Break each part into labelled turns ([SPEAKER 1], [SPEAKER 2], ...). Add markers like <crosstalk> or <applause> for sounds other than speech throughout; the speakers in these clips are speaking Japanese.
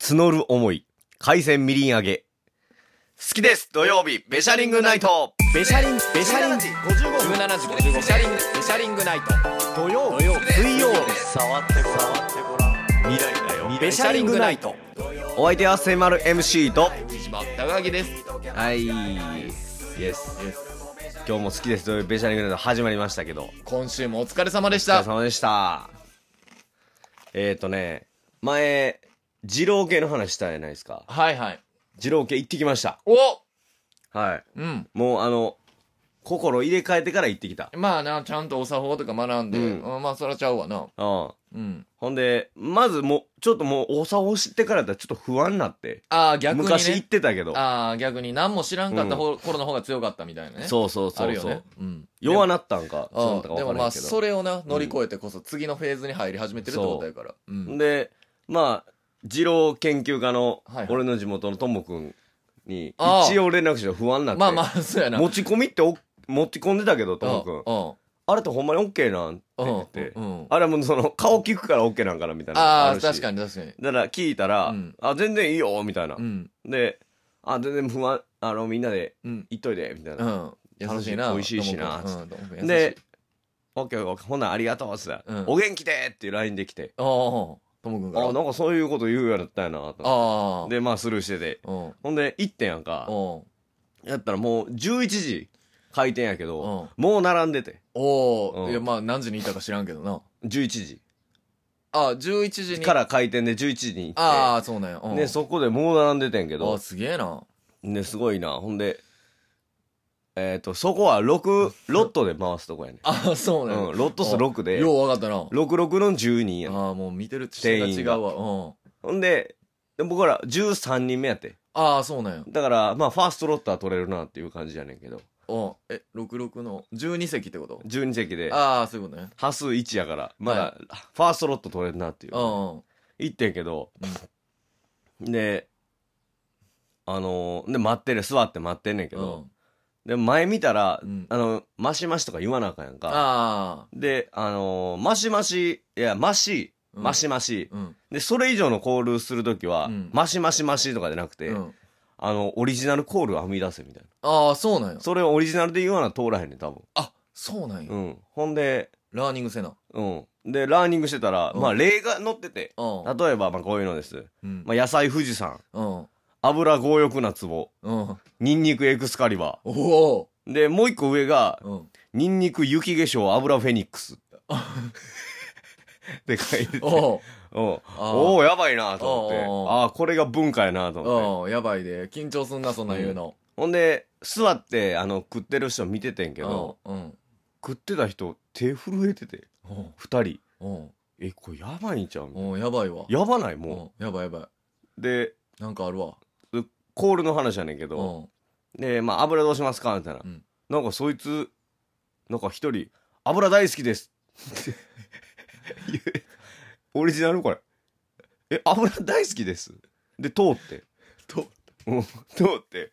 [SPEAKER 1] 募る思い。海鮮みりん揚げ。好きです土曜日、ベシャリングナイト
[SPEAKER 2] ベシャリン、ベシャリン時55分17時55ベシャリン、ベシャリングナイト土曜、土曜水曜
[SPEAKER 3] 触ってごらん触ってごらん未来だよ
[SPEAKER 2] ベシャリングナイト
[SPEAKER 1] お相手はセマル MC と、
[SPEAKER 2] 藤島高木です
[SPEAKER 1] はい、イエス。今日も好きです土曜日、ベシャリングナイト始まりましたけど、
[SPEAKER 2] 今週もお疲れ様でし
[SPEAKER 1] お疲
[SPEAKER 2] た
[SPEAKER 1] れ様でした。えーとね、前、二郎系の話したじゃないですか。
[SPEAKER 2] はいはい
[SPEAKER 1] 二郎系行ってきました。
[SPEAKER 2] お
[SPEAKER 1] はい。
[SPEAKER 2] うん
[SPEAKER 1] もうあの、心入れ替えてから行ってきた。
[SPEAKER 2] まあなちゃんとお作法とか学んで、
[SPEAKER 1] うん
[SPEAKER 2] うんまあそらちゃうわな
[SPEAKER 1] うん。
[SPEAKER 2] うん
[SPEAKER 1] ほんで、まずもう、ちょっともう、おさを知ってからだったらちょっと不安になって。
[SPEAKER 2] ああ逆にね
[SPEAKER 1] 昔行ってたけど。
[SPEAKER 2] ああ逆に何も知らんかったほう頃の方が強かったみたいなねう
[SPEAKER 1] そうそうそうそう。
[SPEAKER 2] あるよねうん
[SPEAKER 1] 弱なったんか、そうな
[SPEAKER 2] あ
[SPEAKER 1] ったか
[SPEAKER 2] あで
[SPEAKER 1] 分か
[SPEAKER 2] も
[SPEAKER 1] ら
[SPEAKER 2] ま
[SPEAKER 1] な
[SPEAKER 2] あ
[SPEAKER 1] いけど。
[SPEAKER 2] それをな乗り越えてこそ次のフェーズに入り始めてるってことやからうん
[SPEAKER 1] で、まあ、二郎研究家の
[SPEAKER 2] はいはい、
[SPEAKER 1] 俺の地元のともくんに、
[SPEAKER 2] ああ
[SPEAKER 1] 一応連絡して不安になって。
[SPEAKER 2] まあまあそうやな
[SPEAKER 1] 持ち込みってお持ち込んでたけど、ともくん。
[SPEAKER 2] う
[SPEAKER 1] あれってほんまに OK なんって
[SPEAKER 2] んうん
[SPEAKER 1] 言
[SPEAKER 2] うん
[SPEAKER 1] って。
[SPEAKER 2] うん
[SPEAKER 1] あれはもうその、顔聞くから OK なんかな、みたいな。
[SPEAKER 2] ああ
[SPEAKER 1] るし
[SPEAKER 2] 確かに確かに
[SPEAKER 1] だから聞いたら、
[SPEAKER 2] うん
[SPEAKER 1] あ、全然いいよ、みたいな。
[SPEAKER 2] うん
[SPEAKER 1] で、あ、全然不安、あの、みんなで
[SPEAKER 2] うん
[SPEAKER 1] 行っといて、みたいな。
[SPEAKER 2] うん優しいな
[SPEAKER 1] 美味しいしな
[SPEAKER 2] ともくんうんともくん優しい
[SPEAKER 1] で、オッケーオッケー、ほんならありがとうっす、
[SPEAKER 2] うん
[SPEAKER 1] お元気でっていう LINE できて、
[SPEAKER 2] ああともくん
[SPEAKER 1] あ
[SPEAKER 2] から
[SPEAKER 1] なんかそういうこと言うやったやなと思っ
[SPEAKER 2] ああ
[SPEAKER 1] て。で、まあスルーしてて。
[SPEAKER 2] うんうん
[SPEAKER 1] ほんで、行ってんやんか。
[SPEAKER 2] お
[SPEAKER 1] やったらもう11時開店やけど、
[SPEAKER 2] お
[SPEAKER 1] もう並んでて。う
[SPEAKER 2] お
[SPEAKER 1] ん
[SPEAKER 2] いやまあ何時にいたか知らんけどな
[SPEAKER 1] 11時。
[SPEAKER 2] あ11時に
[SPEAKER 1] から開店で11時に行
[SPEAKER 2] あ
[SPEAKER 1] っ
[SPEAKER 2] あそうなんや
[SPEAKER 1] て、ね、そこでもう並んでてんけ
[SPEAKER 2] うんあ
[SPEAKER 1] ど
[SPEAKER 2] あ、すげえな
[SPEAKER 1] ね、すごいな。ほんで、えっ、と、そこは6、ロットで回すとこやね。
[SPEAKER 2] ああそううんなんや、
[SPEAKER 1] ロット数6で、
[SPEAKER 2] よ
[SPEAKER 1] 66
[SPEAKER 2] うわかったな
[SPEAKER 1] の12やね。
[SPEAKER 2] ああもう見てる視点が違うわうん
[SPEAKER 1] ほんで、で僕ら13人目やって。
[SPEAKER 2] ああそうなんや
[SPEAKER 1] だから、まあ、ファーストロッター取れるなっていう感じやねんけど、
[SPEAKER 2] うんえ66の12席ってこと
[SPEAKER 1] 12席で、
[SPEAKER 2] ああそういうことね
[SPEAKER 1] 端数1やから、まだ、ファーストロット取れるなっていう
[SPEAKER 2] う。んうん
[SPEAKER 1] 言ってんけど、で、あのーで、待ってる、座って待ってんねんけど、で、前見たら、
[SPEAKER 2] うん
[SPEAKER 1] あの、マシマシとか言わなあかんやんか。
[SPEAKER 2] あ
[SPEAKER 1] で、あのーマシマシ、いや、マシ、
[SPEAKER 2] うん
[SPEAKER 1] マシマシ。
[SPEAKER 2] あうん
[SPEAKER 1] で、それ以上のコールするときは、
[SPEAKER 2] うん
[SPEAKER 1] マシマシマシとかじゃなくて、
[SPEAKER 2] うん
[SPEAKER 1] あの、オリジナルコールを編み出せみたいな。
[SPEAKER 2] ああそうなんや
[SPEAKER 1] それをオリジナルで言わな通らへんねん、多分。
[SPEAKER 2] あそうなんや
[SPEAKER 1] うん。ほんで、
[SPEAKER 2] ラーニングせな
[SPEAKER 1] うん。で、ラーニングしてたら、
[SPEAKER 2] うん
[SPEAKER 1] まあ、例が載ってて、
[SPEAKER 2] うん
[SPEAKER 1] 例えば、まあ、こういうのです。
[SPEAKER 2] うん
[SPEAKER 1] まあ、野菜富士山、
[SPEAKER 2] うん
[SPEAKER 1] 油強欲な壺、
[SPEAKER 2] うん
[SPEAKER 1] ニンニクエクスカリバ
[SPEAKER 2] おお
[SPEAKER 1] ー。で、もう一個上が
[SPEAKER 2] ー、うん
[SPEAKER 1] ニンニク雪化粧油フェニック
[SPEAKER 2] <laughs>
[SPEAKER 1] ス。って書いてて、うん
[SPEAKER 2] お
[SPEAKER 1] お
[SPEAKER 2] あー
[SPEAKER 1] おーやばいなと思って、
[SPEAKER 2] おーおー
[SPEAKER 1] ああー、これが文化やなと思って。
[SPEAKER 2] おうんやばいで緊張すんなそんなん言うの
[SPEAKER 1] ほんで、座って、あの、食ってる人見ててんけど、
[SPEAKER 2] うんうん
[SPEAKER 1] 食ってた人、手震えてて、
[SPEAKER 2] うん
[SPEAKER 1] 二人。
[SPEAKER 2] うん
[SPEAKER 1] え、これやばいんちゃう
[SPEAKER 2] うんやばいわ
[SPEAKER 1] やばないうも。
[SPEAKER 2] んやばいやばいう
[SPEAKER 1] で、
[SPEAKER 2] なんかあるわ
[SPEAKER 1] コールの話やねんけ
[SPEAKER 2] う
[SPEAKER 1] ど、
[SPEAKER 2] ん
[SPEAKER 1] で、まあ、油どうしますかみたいな、
[SPEAKER 2] うん
[SPEAKER 1] なんかそいつ、なんか一人、油大好き
[SPEAKER 2] <laughs>
[SPEAKER 1] ですって言うオリジナルこれ。え、油大好きです。で、通って。
[SPEAKER 2] と
[SPEAKER 1] うん通って。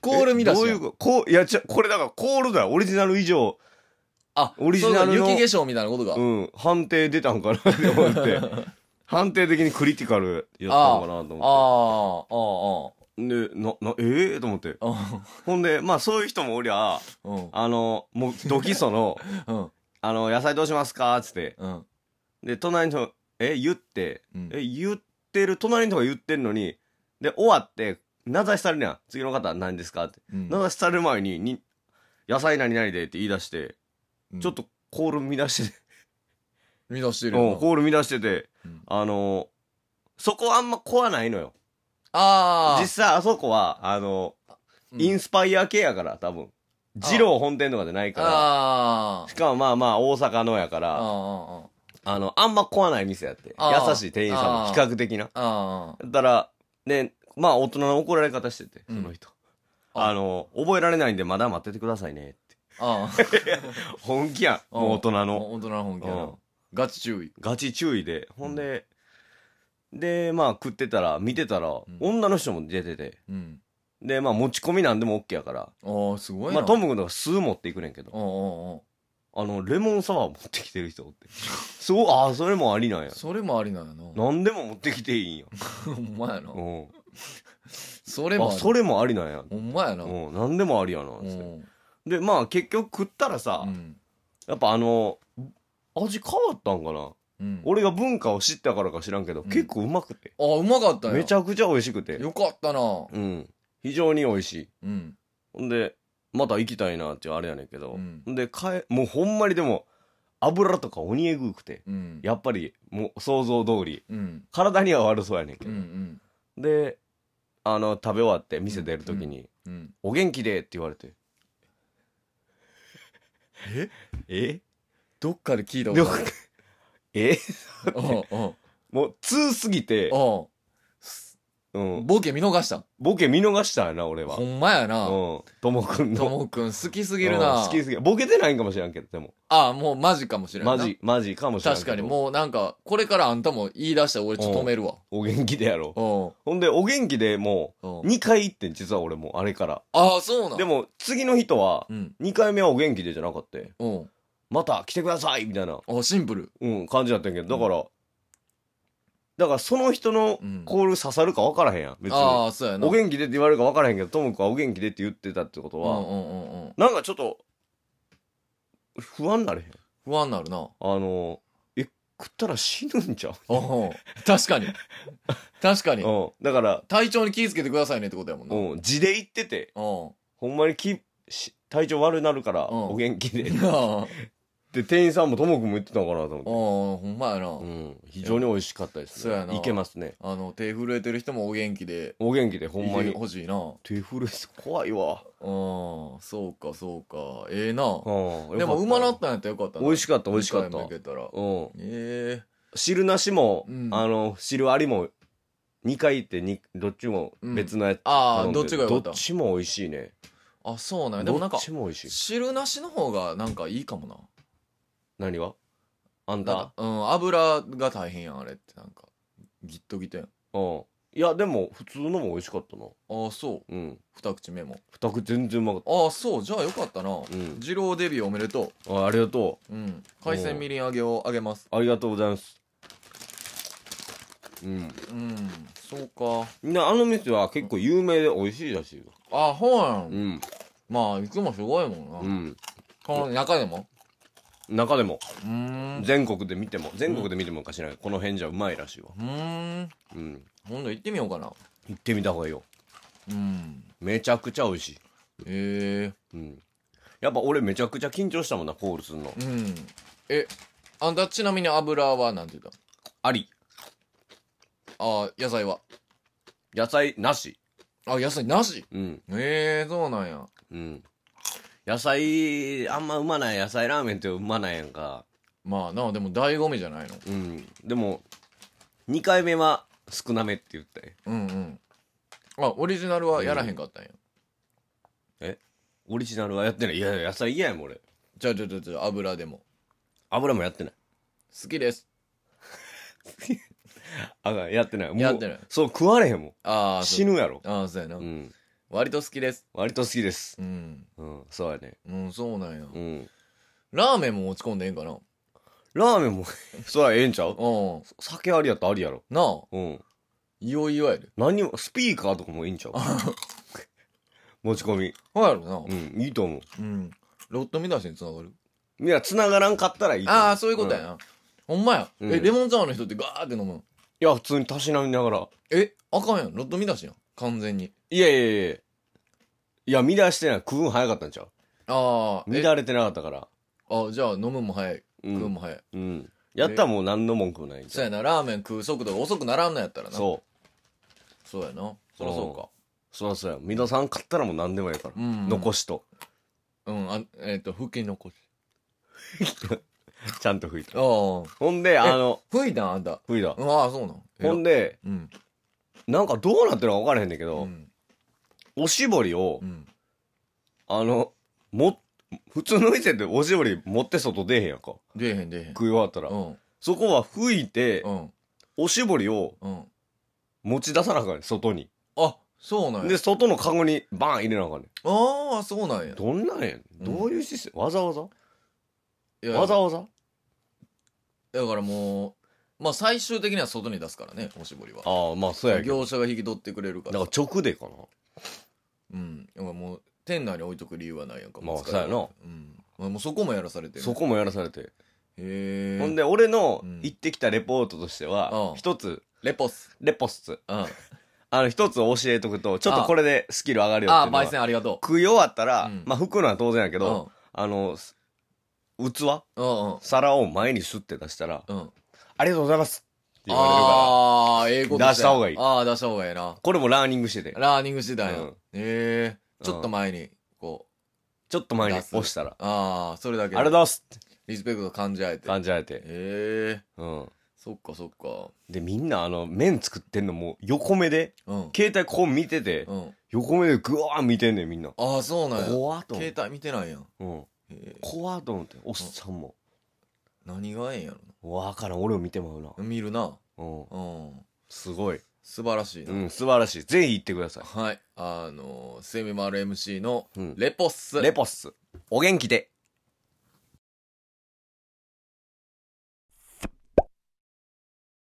[SPEAKER 2] コール見出し
[SPEAKER 1] えどうい
[SPEAKER 2] や
[SPEAKER 1] うことこう、いや、ちゃ、これだからコールだよ。オリジナル以上、
[SPEAKER 2] あ
[SPEAKER 1] オリジナルの
[SPEAKER 2] そうか雪化粧みたいなことが
[SPEAKER 1] うん、判定出たんかなって思って。
[SPEAKER 2] <laughs>
[SPEAKER 1] 判定的にクリティカルやったのかなと
[SPEAKER 2] あ
[SPEAKER 1] 思って。
[SPEAKER 2] ああ
[SPEAKER 1] で、な、な、ええと思って。
[SPEAKER 2] ああ
[SPEAKER 1] ほんで、まあそういう人もおりゃ、
[SPEAKER 2] うんうん
[SPEAKER 1] あの、もうドキソの、
[SPEAKER 2] <laughs> うん
[SPEAKER 1] あの、野菜どうしますかつって。
[SPEAKER 2] うん
[SPEAKER 1] で、隣の人、え、言って、
[SPEAKER 2] うん
[SPEAKER 1] え、言ってる、隣の人が言ってるのに、で、終わって、名指しされるやん。次の方は何ですかって。
[SPEAKER 2] うん
[SPEAKER 1] 名指しされる前に、に、野菜何々でって言い出して、
[SPEAKER 2] うん
[SPEAKER 1] ちょっとコール乱してて、
[SPEAKER 2] 見出してる
[SPEAKER 1] うん、
[SPEAKER 2] よな
[SPEAKER 1] コール乱してて、
[SPEAKER 2] うん
[SPEAKER 1] あの、そこはあんま怖ないのよ。
[SPEAKER 2] ああ
[SPEAKER 1] 実際あそこは、あの、
[SPEAKER 2] うん
[SPEAKER 1] インスパイア系やから、多分。
[SPEAKER 2] あ
[SPEAKER 1] 二郎本店とかじゃないから。
[SPEAKER 2] あー
[SPEAKER 1] しかもまあまあ大阪のやか
[SPEAKER 2] あー
[SPEAKER 1] ら、
[SPEAKER 2] あー
[SPEAKER 1] あの、あんま怖ない店やって。
[SPEAKER 2] あー
[SPEAKER 1] 優しい店員さん
[SPEAKER 2] あ
[SPEAKER 1] も、
[SPEAKER 2] ー
[SPEAKER 1] 比較的な。
[SPEAKER 2] あー
[SPEAKER 1] だから、ね、まあ大人の怒られ方してて、そ
[SPEAKER 2] うん
[SPEAKER 1] の人。
[SPEAKER 2] あ
[SPEAKER 1] あの、覚えられないんでまだ待っててください
[SPEAKER 2] <laughs>
[SPEAKER 1] ねって。
[SPEAKER 2] あー
[SPEAKER 1] 本気やん、もう大人の。
[SPEAKER 2] 大人の本気や
[SPEAKER 1] う
[SPEAKER 2] なんガチ注意
[SPEAKER 1] ガチ注意で。ほんで、で、まあ食ってたら、見てたら、
[SPEAKER 2] ん
[SPEAKER 1] 女の人も出てて。
[SPEAKER 2] うん
[SPEAKER 1] で、まあ持ち込みなんでも OK やから。
[SPEAKER 2] ああすごい
[SPEAKER 1] ま
[SPEAKER 2] な
[SPEAKER 1] あトム君とか数持っていくねんけど。
[SPEAKER 2] おうおうおう
[SPEAKER 1] あのレモンサワー持ってきてる人おって <laughs> そうああそれもありなんや
[SPEAKER 2] それもありなんやな。
[SPEAKER 1] 何でも持ってきていいんや
[SPEAKER 2] <laughs> ほんまやな
[SPEAKER 1] う。ん
[SPEAKER 2] それ
[SPEAKER 1] あ
[SPEAKER 2] もあり
[SPEAKER 1] それもありなんや
[SPEAKER 2] ほんまやな。
[SPEAKER 1] うん何でもありやな
[SPEAKER 2] うんうん
[SPEAKER 1] でまあ結局食ったらさやっぱあの味変わったんかな
[SPEAKER 2] うん
[SPEAKER 1] 俺が文化を知ったからか知らんけど
[SPEAKER 2] うん
[SPEAKER 1] 結構うまくて
[SPEAKER 2] あ、うまかったよ。
[SPEAKER 1] めちゃくちゃ美味しくて
[SPEAKER 2] よかったな。
[SPEAKER 1] うん非常に美味しい
[SPEAKER 2] うん。
[SPEAKER 1] ほんでまた行きたいなっていうあれやねんけど、
[SPEAKER 2] うん
[SPEAKER 1] ほんでかえもうほんまにでも油とか鬼えぐくて
[SPEAKER 2] うん。
[SPEAKER 1] やっぱりもう想像通り
[SPEAKER 2] うん。
[SPEAKER 1] 体には悪そうやねんけ
[SPEAKER 2] う
[SPEAKER 1] ど、
[SPEAKER 2] ん。
[SPEAKER 1] であの食べ終わって店出る時に
[SPEAKER 2] うん。うん。
[SPEAKER 1] 「お元気で」って言われて
[SPEAKER 2] え
[SPEAKER 1] え
[SPEAKER 2] どっかで聞いた
[SPEAKER 1] で
[SPEAKER 2] こ
[SPEAKER 1] も <laughs> え
[SPEAKER 2] とある。 <laughs> うんうん
[SPEAKER 1] もう通すぎて、
[SPEAKER 2] うん
[SPEAKER 1] う
[SPEAKER 2] うん。
[SPEAKER 1] ん、
[SPEAKER 2] ボケ見逃した。
[SPEAKER 1] ボケ見逃したよな俺は
[SPEAKER 2] ほんまやな。
[SPEAKER 1] うんともくんの
[SPEAKER 2] ともくん好きすぎるな。
[SPEAKER 1] うん好きすぎるボケてないんかもしれんけどでも
[SPEAKER 2] ああ、もうマジかもしれんな
[SPEAKER 1] マジマジかもしれんけ
[SPEAKER 2] 確
[SPEAKER 1] ど
[SPEAKER 2] かにもうなんか、これからあんたも言い出したら俺ちょっと止めるわ。
[SPEAKER 1] お元気でやろう
[SPEAKER 2] うん。
[SPEAKER 1] ほんでお元気でもう
[SPEAKER 2] うん。
[SPEAKER 1] 2回行ってん実は俺もうあれから
[SPEAKER 2] ああ、そうなん。
[SPEAKER 1] でも次の人は
[SPEAKER 2] うん。
[SPEAKER 1] 2回目はお元気でじゃなかった
[SPEAKER 2] うん。
[SPEAKER 1] また来てくださいみたいな、
[SPEAKER 2] あシンプル。
[SPEAKER 1] うん、感じだったんやけどだから、だからその人の
[SPEAKER 2] うん
[SPEAKER 1] コール刺さるか分からへんやん別に
[SPEAKER 2] ああ、そうやな。
[SPEAKER 1] お元気でって言われるか分からへんけどともくんはお元気でって言ってたってこと
[SPEAKER 2] うん
[SPEAKER 1] は、
[SPEAKER 2] うんうんうん。
[SPEAKER 1] なんかちょっと不安になれへん
[SPEAKER 2] 不安になる
[SPEAKER 1] <laughs>
[SPEAKER 2] な。
[SPEAKER 1] あのえ食ったら死ぬんちゃう、
[SPEAKER 2] うん。確かに。確かに。
[SPEAKER 1] うん、だから、
[SPEAKER 2] 体調に気ぃつけてくださいねってことやもんな。うん。
[SPEAKER 1] うん、地で言ってて
[SPEAKER 2] う
[SPEAKER 1] ほんまにきし体調悪なるから、
[SPEAKER 2] うん
[SPEAKER 1] お元気
[SPEAKER 2] <laughs>
[SPEAKER 1] で。
[SPEAKER 2] ん。あ
[SPEAKER 1] で、店員さんもともくんも言ってたのかなと思っ
[SPEAKER 2] ほんまやな。
[SPEAKER 1] て。うん。非常に美味しかったです
[SPEAKER 2] そうやな
[SPEAKER 1] ね。いけますね。
[SPEAKER 2] あの、手震えてる人もお元気で、
[SPEAKER 1] お元気で、ほ
[SPEAKER 2] ほ
[SPEAKER 1] んまに。
[SPEAKER 2] 欲しいな。うん。
[SPEAKER 1] 手震えす、怖いわ。
[SPEAKER 2] そうか、そうか。ええな。
[SPEAKER 1] うん。
[SPEAKER 2] でも、うまなったんやったらよかったな。
[SPEAKER 1] 美味しかった、美味しかっ
[SPEAKER 2] 二回も
[SPEAKER 1] た
[SPEAKER 2] い。けたら。
[SPEAKER 1] うん。
[SPEAKER 2] え
[SPEAKER 1] 汁なしも、
[SPEAKER 2] うん
[SPEAKER 1] あの、汁ありも、2回行ってに、どっちも別のやつ
[SPEAKER 2] え。あ
[SPEAKER 1] 頼ん
[SPEAKER 2] あ、
[SPEAKER 1] で、
[SPEAKER 2] どっちがよかった
[SPEAKER 1] どっちも美味しいね。
[SPEAKER 2] あ、そうなんや。でも
[SPEAKER 1] ど
[SPEAKER 2] なんか
[SPEAKER 1] っ、ちも美味しい。
[SPEAKER 2] 汁なしの方がなんかいいかもな。
[SPEAKER 1] 何はあん
[SPEAKER 2] なん
[SPEAKER 1] た
[SPEAKER 2] かうん、油が大変やん、あれって。なんか、ギットギトやん。
[SPEAKER 1] うん。いや、でも、普通のも美味しかったな。
[SPEAKER 2] ああ、そう。
[SPEAKER 1] うん。
[SPEAKER 2] 二口目も。
[SPEAKER 1] 二口全然うまかっ
[SPEAKER 2] ああ、そう。じゃあよかったな。
[SPEAKER 1] た。うん。
[SPEAKER 2] 二郎デビューおめでと
[SPEAKER 1] あありがと
[SPEAKER 2] う。うん。海鮮みりん揚げをあげます。
[SPEAKER 1] う。ありがとうございます。うん。
[SPEAKER 2] うん。そうか。
[SPEAKER 1] なあの店は結構有名で美味しいらしいよ。
[SPEAKER 2] あ、ほうやん。
[SPEAKER 1] うん。
[SPEAKER 2] まあ、いつもすごいもんな。
[SPEAKER 1] うん。
[SPEAKER 2] この中でも。
[SPEAKER 1] 中でも、
[SPEAKER 2] うーん。う
[SPEAKER 1] 全国で見ても、全国で見てもかしらんけどこの辺じゃうまいらしいわ。
[SPEAKER 2] ーん。
[SPEAKER 1] うん。
[SPEAKER 2] 今度行ってみようかな。
[SPEAKER 1] 行ってみた方がいいよ。
[SPEAKER 2] うん。
[SPEAKER 1] めちゃくちゃ美味しい。
[SPEAKER 2] え
[SPEAKER 1] うん。やっぱ俺めちゃくちゃ緊張したもんな、コールするの
[SPEAKER 2] え。うん。え、あんたちなみに油はなんて言った
[SPEAKER 1] あり。
[SPEAKER 2] ああ、野菜は。
[SPEAKER 1] 野菜なし。
[SPEAKER 2] あ、野菜なし
[SPEAKER 1] うん。
[SPEAKER 2] ええそうなんや。
[SPEAKER 1] うん。野菜、あんまうまない。野菜ラーメンってうまないやんか。
[SPEAKER 2] まあな、でも醍醐味じゃないの。
[SPEAKER 1] うん。でも、2回目は少なめって言ったよ。
[SPEAKER 2] うんうん。あ、オリジナルはやらへんかったんや。
[SPEAKER 1] オリジナルはやってない。いや、野菜嫌やもん、俺。
[SPEAKER 2] じゃあじゃあじゃあじゃあ油でも。
[SPEAKER 1] 油もやってない。
[SPEAKER 2] 好きです。
[SPEAKER 1] あかんやってない。もう
[SPEAKER 2] やってない
[SPEAKER 1] そう、食われへんも
[SPEAKER 2] ああ、
[SPEAKER 1] ん。死
[SPEAKER 2] ぬ。
[SPEAKER 1] ぬやろ。
[SPEAKER 2] ああ、そうやな、
[SPEAKER 1] うん。
[SPEAKER 2] 割と好きです。
[SPEAKER 1] 割と好きです。
[SPEAKER 2] うん。
[SPEAKER 1] うん、そうやね。
[SPEAKER 2] うん、そうなんや。
[SPEAKER 1] うん。
[SPEAKER 2] ラーメンも持ち込んでええんかな。う。
[SPEAKER 1] ラーメンも、 <laughs> そらええんちゃうん酒ありやったらありやろ。
[SPEAKER 2] なあ、
[SPEAKER 1] うん。
[SPEAKER 2] いよいよやで。
[SPEAKER 1] 何にも、スピーカーとかもいいんちゃう <laughs> 持ち込み。
[SPEAKER 2] ほやろな。
[SPEAKER 1] うん、いいと思う。
[SPEAKER 2] うん。ロット見出しにつながる。
[SPEAKER 1] いや、繋がらんかったらいいと思。
[SPEAKER 2] ああ、そういうことやな。ほんまや。
[SPEAKER 1] うん
[SPEAKER 2] え、レモンサワーの人ってガーって飲むの。
[SPEAKER 1] いや、普通にたしなみながら。
[SPEAKER 2] え、あかんやん。ロット見出しやん。完全に。
[SPEAKER 1] いやいやいやいや。いや、乱してない。食うん早かったんちゃう
[SPEAKER 2] ああ、え、
[SPEAKER 1] 乱れてなかったから。
[SPEAKER 2] あじゃあ飲むも早い。
[SPEAKER 1] う。
[SPEAKER 2] 食うんも早い。
[SPEAKER 1] うん。やったらもう何の文句もないんち
[SPEAKER 2] そう
[SPEAKER 1] ゃう
[SPEAKER 2] やな、ラーメン食う速度が遅くならんのやったらな。う。
[SPEAKER 1] そう。
[SPEAKER 2] そうやな。そりゃそうか。
[SPEAKER 1] そうそうや。皆さん買ったらもう何でもいいから。
[SPEAKER 2] うん
[SPEAKER 1] 残し
[SPEAKER 2] <laughs>
[SPEAKER 1] と。
[SPEAKER 2] うん、あえっ、と、拭き残し。
[SPEAKER 1] ちゃんと拭いた。
[SPEAKER 2] ああ。
[SPEAKER 1] ほんで、あの、
[SPEAKER 2] 拭いたんあんた。
[SPEAKER 1] 拭いた
[SPEAKER 2] う。んああ、そうなん。
[SPEAKER 1] ほんで、
[SPEAKER 2] うん。
[SPEAKER 1] なんかどうなってるか分からへんねんけ
[SPEAKER 2] う
[SPEAKER 1] ど、
[SPEAKER 2] ん。
[SPEAKER 1] おしぼりを
[SPEAKER 2] う、ん。
[SPEAKER 1] あの、も、普通の店っておしぼり持って外出へんやんか。
[SPEAKER 2] 出えへん出えへん。
[SPEAKER 1] 食い終わったら
[SPEAKER 2] う。ん。
[SPEAKER 1] そこは拭いて
[SPEAKER 2] う、ん。
[SPEAKER 1] おしぼりを
[SPEAKER 2] うん。
[SPEAKER 1] 持ち出さなあかんねん、外に。
[SPEAKER 2] あ、そうなんや。
[SPEAKER 1] で、外のカゴにバーン入れなあかんね
[SPEAKER 2] ああ、そうなんや
[SPEAKER 1] ん。。どんなんやん。
[SPEAKER 2] うん
[SPEAKER 1] どういうシステムわざわざ
[SPEAKER 2] いや
[SPEAKER 1] わざわざ
[SPEAKER 2] だからもうまあ最終的には外に出すからねおしぼりは
[SPEAKER 1] ああまあそうやけど
[SPEAKER 2] 業者が引き取ってくれるか
[SPEAKER 1] だ
[SPEAKER 2] ら
[SPEAKER 1] から直でかな
[SPEAKER 2] うんだからもう店内に置いとく理由はないやんか
[SPEAKER 1] まあ
[SPEAKER 2] も使える
[SPEAKER 1] そうやな
[SPEAKER 2] うんまあもうそこもやらされてる
[SPEAKER 1] そこもやらされて
[SPEAKER 2] へえ
[SPEAKER 1] ほんで俺の
[SPEAKER 2] うん
[SPEAKER 1] 行ってきたレポートとしては
[SPEAKER 2] うん
[SPEAKER 1] 一つ
[SPEAKER 2] レポス
[SPEAKER 1] レポスツ
[SPEAKER 2] うんあ
[SPEAKER 1] あの一つ教えとくとちょっとこれでスキル上がるよってい
[SPEAKER 2] あ
[SPEAKER 1] うのは
[SPEAKER 2] 焙煎ありがと
[SPEAKER 1] 食い終わったら、
[SPEAKER 2] うん
[SPEAKER 1] まあ拭くのは当然やけ
[SPEAKER 2] う
[SPEAKER 1] ど、あのす器
[SPEAKER 2] うんうんうん
[SPEAKER 1] 皿を前にスッて出したら
[SPEAKER 2] うん
[SPEAKER 1] 「ありがとうございます」って言われるから
[SPEAKER 2] ああ、英語として
[SPEAKER 1] 出した方がいい
[SPEAKER 2] ああ、出した方がいいな。
[SPEAKER 1] これもラーニングしてて
[SPEAKER 2] ラーニングしてたんや。
[SPEAKER 1] うん
[SPEAKER 2] ええちょっと前に、こう。
[SPEAKER 1] ちょっと前に押したら「
[SPEAKER 2] ああ、それだ
[SPEAKER 1] あ
[SPEAKER 2] け
[SPEAKER 1] りがとうご
[SPEAKER 2] で
[SPEAKER 1] ざいます」って
[SPEAKER 2] リスペクト感じ合えて。
[SPEAKER 1] 感じられて、
[SPEAKER 2] ええ
[SPEAKER 1] うん、
[SPEAKER 2] そっかそっか。
[SPEAKER 1] でみんなあの麺作ってんのも横目で
[SPEAKER 2] うん。
[SPEAKER 1] 携帯こう見てて、
[SPEAKER 2] うん。
[SPEAKER 1] 横目でグワー見てんねんみんな
[SPEAKER 2] ああ、そうなんや。
[SPEAKER 1] 怖っと思って
[SPEAKER 2] 携帯見てないやん。
[SPEAKER 1] うん
[SPEAKER 2] ええ
[SPEAKER 1] 怖っと思っておっさんも
[SPEAKER 2] 何がええんやろ
[SPEAKER 1] わからん俺を見てまうな
[SPEAKER 2] な。見るな。
[SPEAKER 1] うん
[SPEAKER 2] うん。
[SPEAKER 1] すごい
[SPEAKER 2] 素晴らしいな。
[SPEAKER 1] うん素晴らしいぜひ行ってください
[SPEAKER 2] はい。あの、セミマル MC の
[SPEAKER 1] うん
[SPEAKER 2] レポッス。
[SPEAKER 1] レポスお元気で